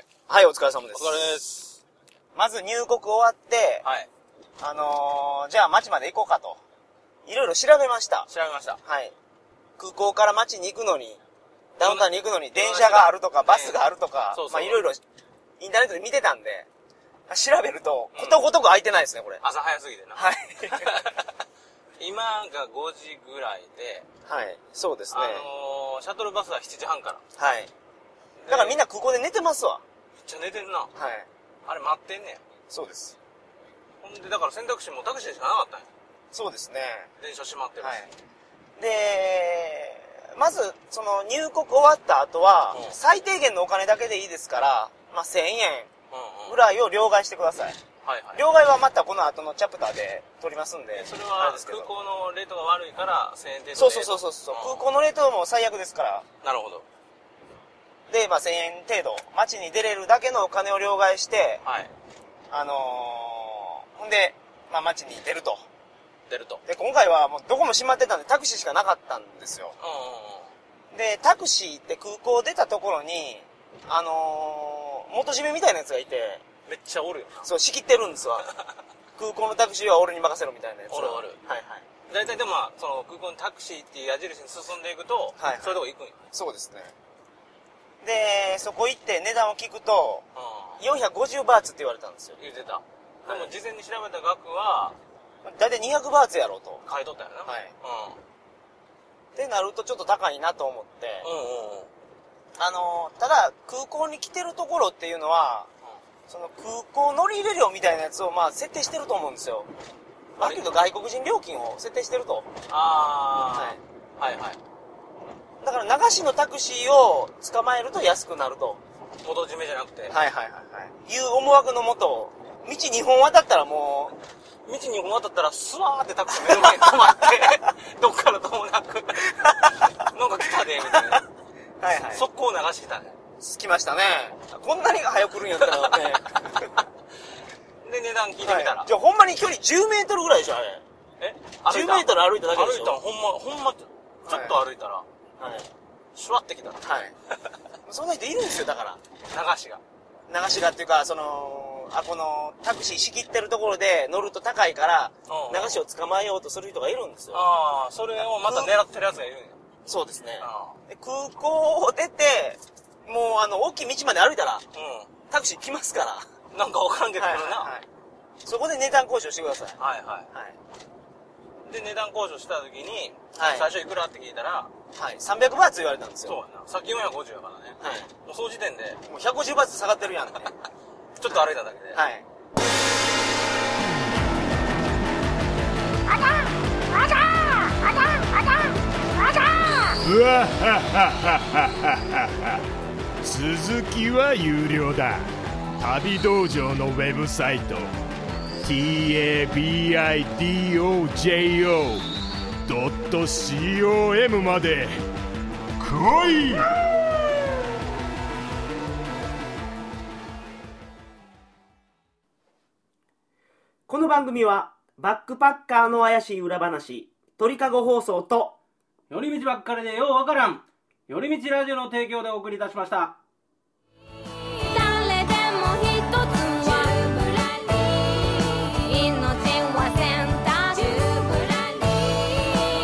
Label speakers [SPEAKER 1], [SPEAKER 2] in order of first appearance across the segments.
[SPEAKER 1] お
[SPEAKER 2] れ様です。
[SPEAKER 1] 疲れです。
[SPEAKER 2] まず入国終わって、
[SPEAKER 1] はい。
[SPEAKER 2] あのー、じゃあ町まで行こうかと。いろいろ調べました。
[SPEAKER 1] 調べました。
[SPEAKER 2] はい。空港から町に行くのに、ダウンタウンに行くのに、電
[SPEAKER 1] 電
[SPEAKER 2] 車があるとか、
[SPEAKER 1] ね
[SPEAKER 2] バスがあるとか、
[SPEAKER 1] そうそう
[SPEAKER 2] まあいろいろ、インターネットで見てたんで、調べると、
[SPEAKER 1] うん
[SPEAKER 2] ことごとく空いてないですね、これ。
[SPEAKER 1] 朝早すぎてな。
[SPEAKER 2] はい。
[SPEAKER 1] 今が5時ぐらいで、
[SPEAKER 2] はい。そうですね。
[SPEAKER 1] あのー、シャトルバスは7時半から。
[SPEAKER 2] はい。だからみん
[SPEAKER 1] な、
[SPEAKER 2] な空港で寝てますわ。
[SPEAKER 1] めっちゃ寝てんな。
[SPEAKER 2] はい。
[SPEAKER 1] あれ待ってんねん。
[SPEAKER 2] そうです。
[SPEAKER 1] ほんで、だから選択肢もタクシーしかなかったんや。
[SPEAKER 2] そうですね。
[SPEAKER 1] 電車閉まってるし。
[SPEAKER 2] はい。で、まず、その入国終わった後は、
[SPEAKER 1] うん
[SPEAKER 2] 最低限のお金だけでいいですから、まあ、1000円
[SPEAKER 1] うんうん。
[SPEAKER 2] ぐらいを両替してください。
[SPEAKER 1] はいはい。
[SPEAKER 2] 両替はまたこの後のチャプターで取りますんで。
[SPEAKER 1] それ
[SPEAKER 2] あれ
[SPEAKER 1] は
[SPEAKER 2] ですけど
[SPEAKER 1] 空港のレートが悪いから1000円程度で。
[SPEAKER 2] そうそうそうそうそう、空港
[SPEAKER 1] の。
[SPEAKER 2] のレートも最悪ですから。
[SPEAKER 1] なるほど。
[SPEAKER 2] で、まあ、1000円程度、街に出れるだけのお金を両替して、
[SPEAKER 1] はい。
[SPEAKER 2] あのー、ほんで、まあ、街に出ると。
[SPEAKER 1] 出ると。
[SPEAKER 2] で、今回はもうどこも閉まってたんでタクシーしかなかったんですよ。
[SPEAKER 1] うんうんうん。
[SPEAKER 2] で、タクシーって空港出たところに、あのー、元締めみたいなやつがいて、
[SPEAKER 1] めっちゃおるよな。
[SPEAKER 2] そう、仕切ってるんで すわ。空港のタクシーは俺に任せろみたいなやつが。
[SPEAKER 1] おるおる
[SPEAKER 2] はいはい。
[SPEAKER 1] 大体でもまあ、その空港にタクシーっていう矢印に進んでいくと、
[SPEAKER 2] はいはい
[SPEAKER 1] そういうとこ行くんよ。
[SPEAKER 2] そうですね。で、そこ行って値段を聞くと、
[SPEAKER 1] うん。
[SPEAKER 2] 450バーツって言われたんですよ。
[SPEAKER 1] 言うてた。でも事前に調べた額は、
[SPEAKER 2] だいたい200バーツやろうと。
[SPEAKER 1] 買い取ったよな。
[SPEAKER 2] はい
[SPEAKER 1] うん。
[SPEAKER 2] ってなるとちょっと高いなと思って、
[SPEAKER 1] うんうんうん。
[SPEAKER 2] あのー、ただ空港に来てるところっていうのは、その空港乗り入れ料みたいなやつをまあ設定してると思うんですよ。まあ、はっきりと外国人料金を設定してると。は
[SPEAKER 1] あ
[SPEAKER 2] い。
[SPEAKER 1] ー、はい、はいはい
[SPEAKER 2] だから流しのタクシーを捕まえると安くなると。
[SPEAKER 1] 元締めじゃなくて。
[SPEAKER 2] はいはいはいはい。いう思惑のもと、道2本渡ったらもう、
[SPEAKER 1] 道に本渡ったら、スワーってタクシー目の前に止 まって、どっからともなく、なんか来たで、みたいな。
[SPEAKER 2] はいそ、
[SPEAKER 1] 速攻流してきたね。
[SPEAKER 2] 着きましたね。こんなに早く来るんやったら ね。
[SPEAKER 1] で、値段聞いてみたら。
[SPEAKER 2] はいじゃあほんまに距離10メートルぐらいでしょ、あれ。
[SPEAKER 1] え
[SPEAKER 2] 10メートル歩いただけでし
[SPEAKER 1] 歩
[SPEAKER 2] ょ
[SPEAKER 1] いたのほんま、ほんま、ちょちょっと歩いたら、
[SPEAKER 2] はい。
[SPEAKER 1] シュワってきたな。
[SPEAKER 2] はい。そんな人いるんですよ、だから。
[SPEAKER 1] 流しが。
[SPEAKER 2] 流しがっていうか、その、あ、この、タクシー仕切ってるところで乗ると高いから
[SPEAKER 1] う、ん
[SPEAKER 2] 流しを捕まえようとする人がいるんですよ。
[SPEAKER 1] ああ、それをまた狙ってる奴がいるんや。
[SPEAKER 2] そうですね。
[SPEAKER 1] あ
[SPEAKER 2] で空港を出て、もうあの、大きい道まで歩いたら、
[SPEAKER 1] ー
[SPEAKER 2] タクシー来ますから。
[SPEAKER 1] うん。なんかわからんけど、これな。
[SPEAKER 2] い。そこで値段交渉してください。
[SPEAKER 1] はいはい。
[SPEAKER 2] はい。
[SPEAKER 1] で、値段交渉した時に、
[SPEAKER 2] はい
[SPEAKER 1] 最初いくらって聞いたら、
[SPEAKER 2] はい。300バーツ言われたんです
[SPEAKER 1] そう
[SPEAKER 2] よ。
[SPEAKER 1] やな。さっき450やからね。
[SPEAKER 2] はい。
[SPEAKER 1] もうその時点で、
[SPEAKER 2] もう150バーツ下がってるやんって。
[SPEAKER 1] ちょっと歩いただけで。
[SPEAKER 2] はい。
[SPEAKER 3] あたあたあたあたあた
[SPEAKER 4] うわははははは続きは有料だ旅道場のウェブサイト tabidojo.com まで来い
[SPEAKER 5] この番組はバックパッカーの怪しい裏話鳥かご放送と
[SPEAKER 6] 寄り道ばっかりでようわからん寄り道ラジオの提供でお送りいたしました
[SPEAKER 3] 誰でも一つは命はセンター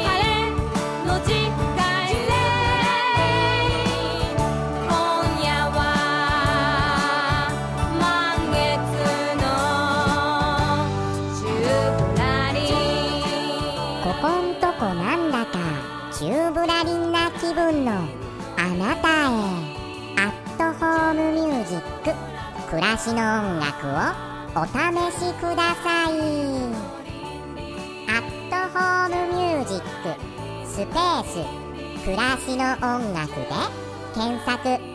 [SPEAKER 3] あれの時代で今夜は満月のジュブラリ
[SPEAKER 7] ここんとこなんだかチューブラリンな気分のあなたへアットホームミュージック暮らしの音楽をお試しくださいアットホームミュージックスペース暮らしの音楽で検索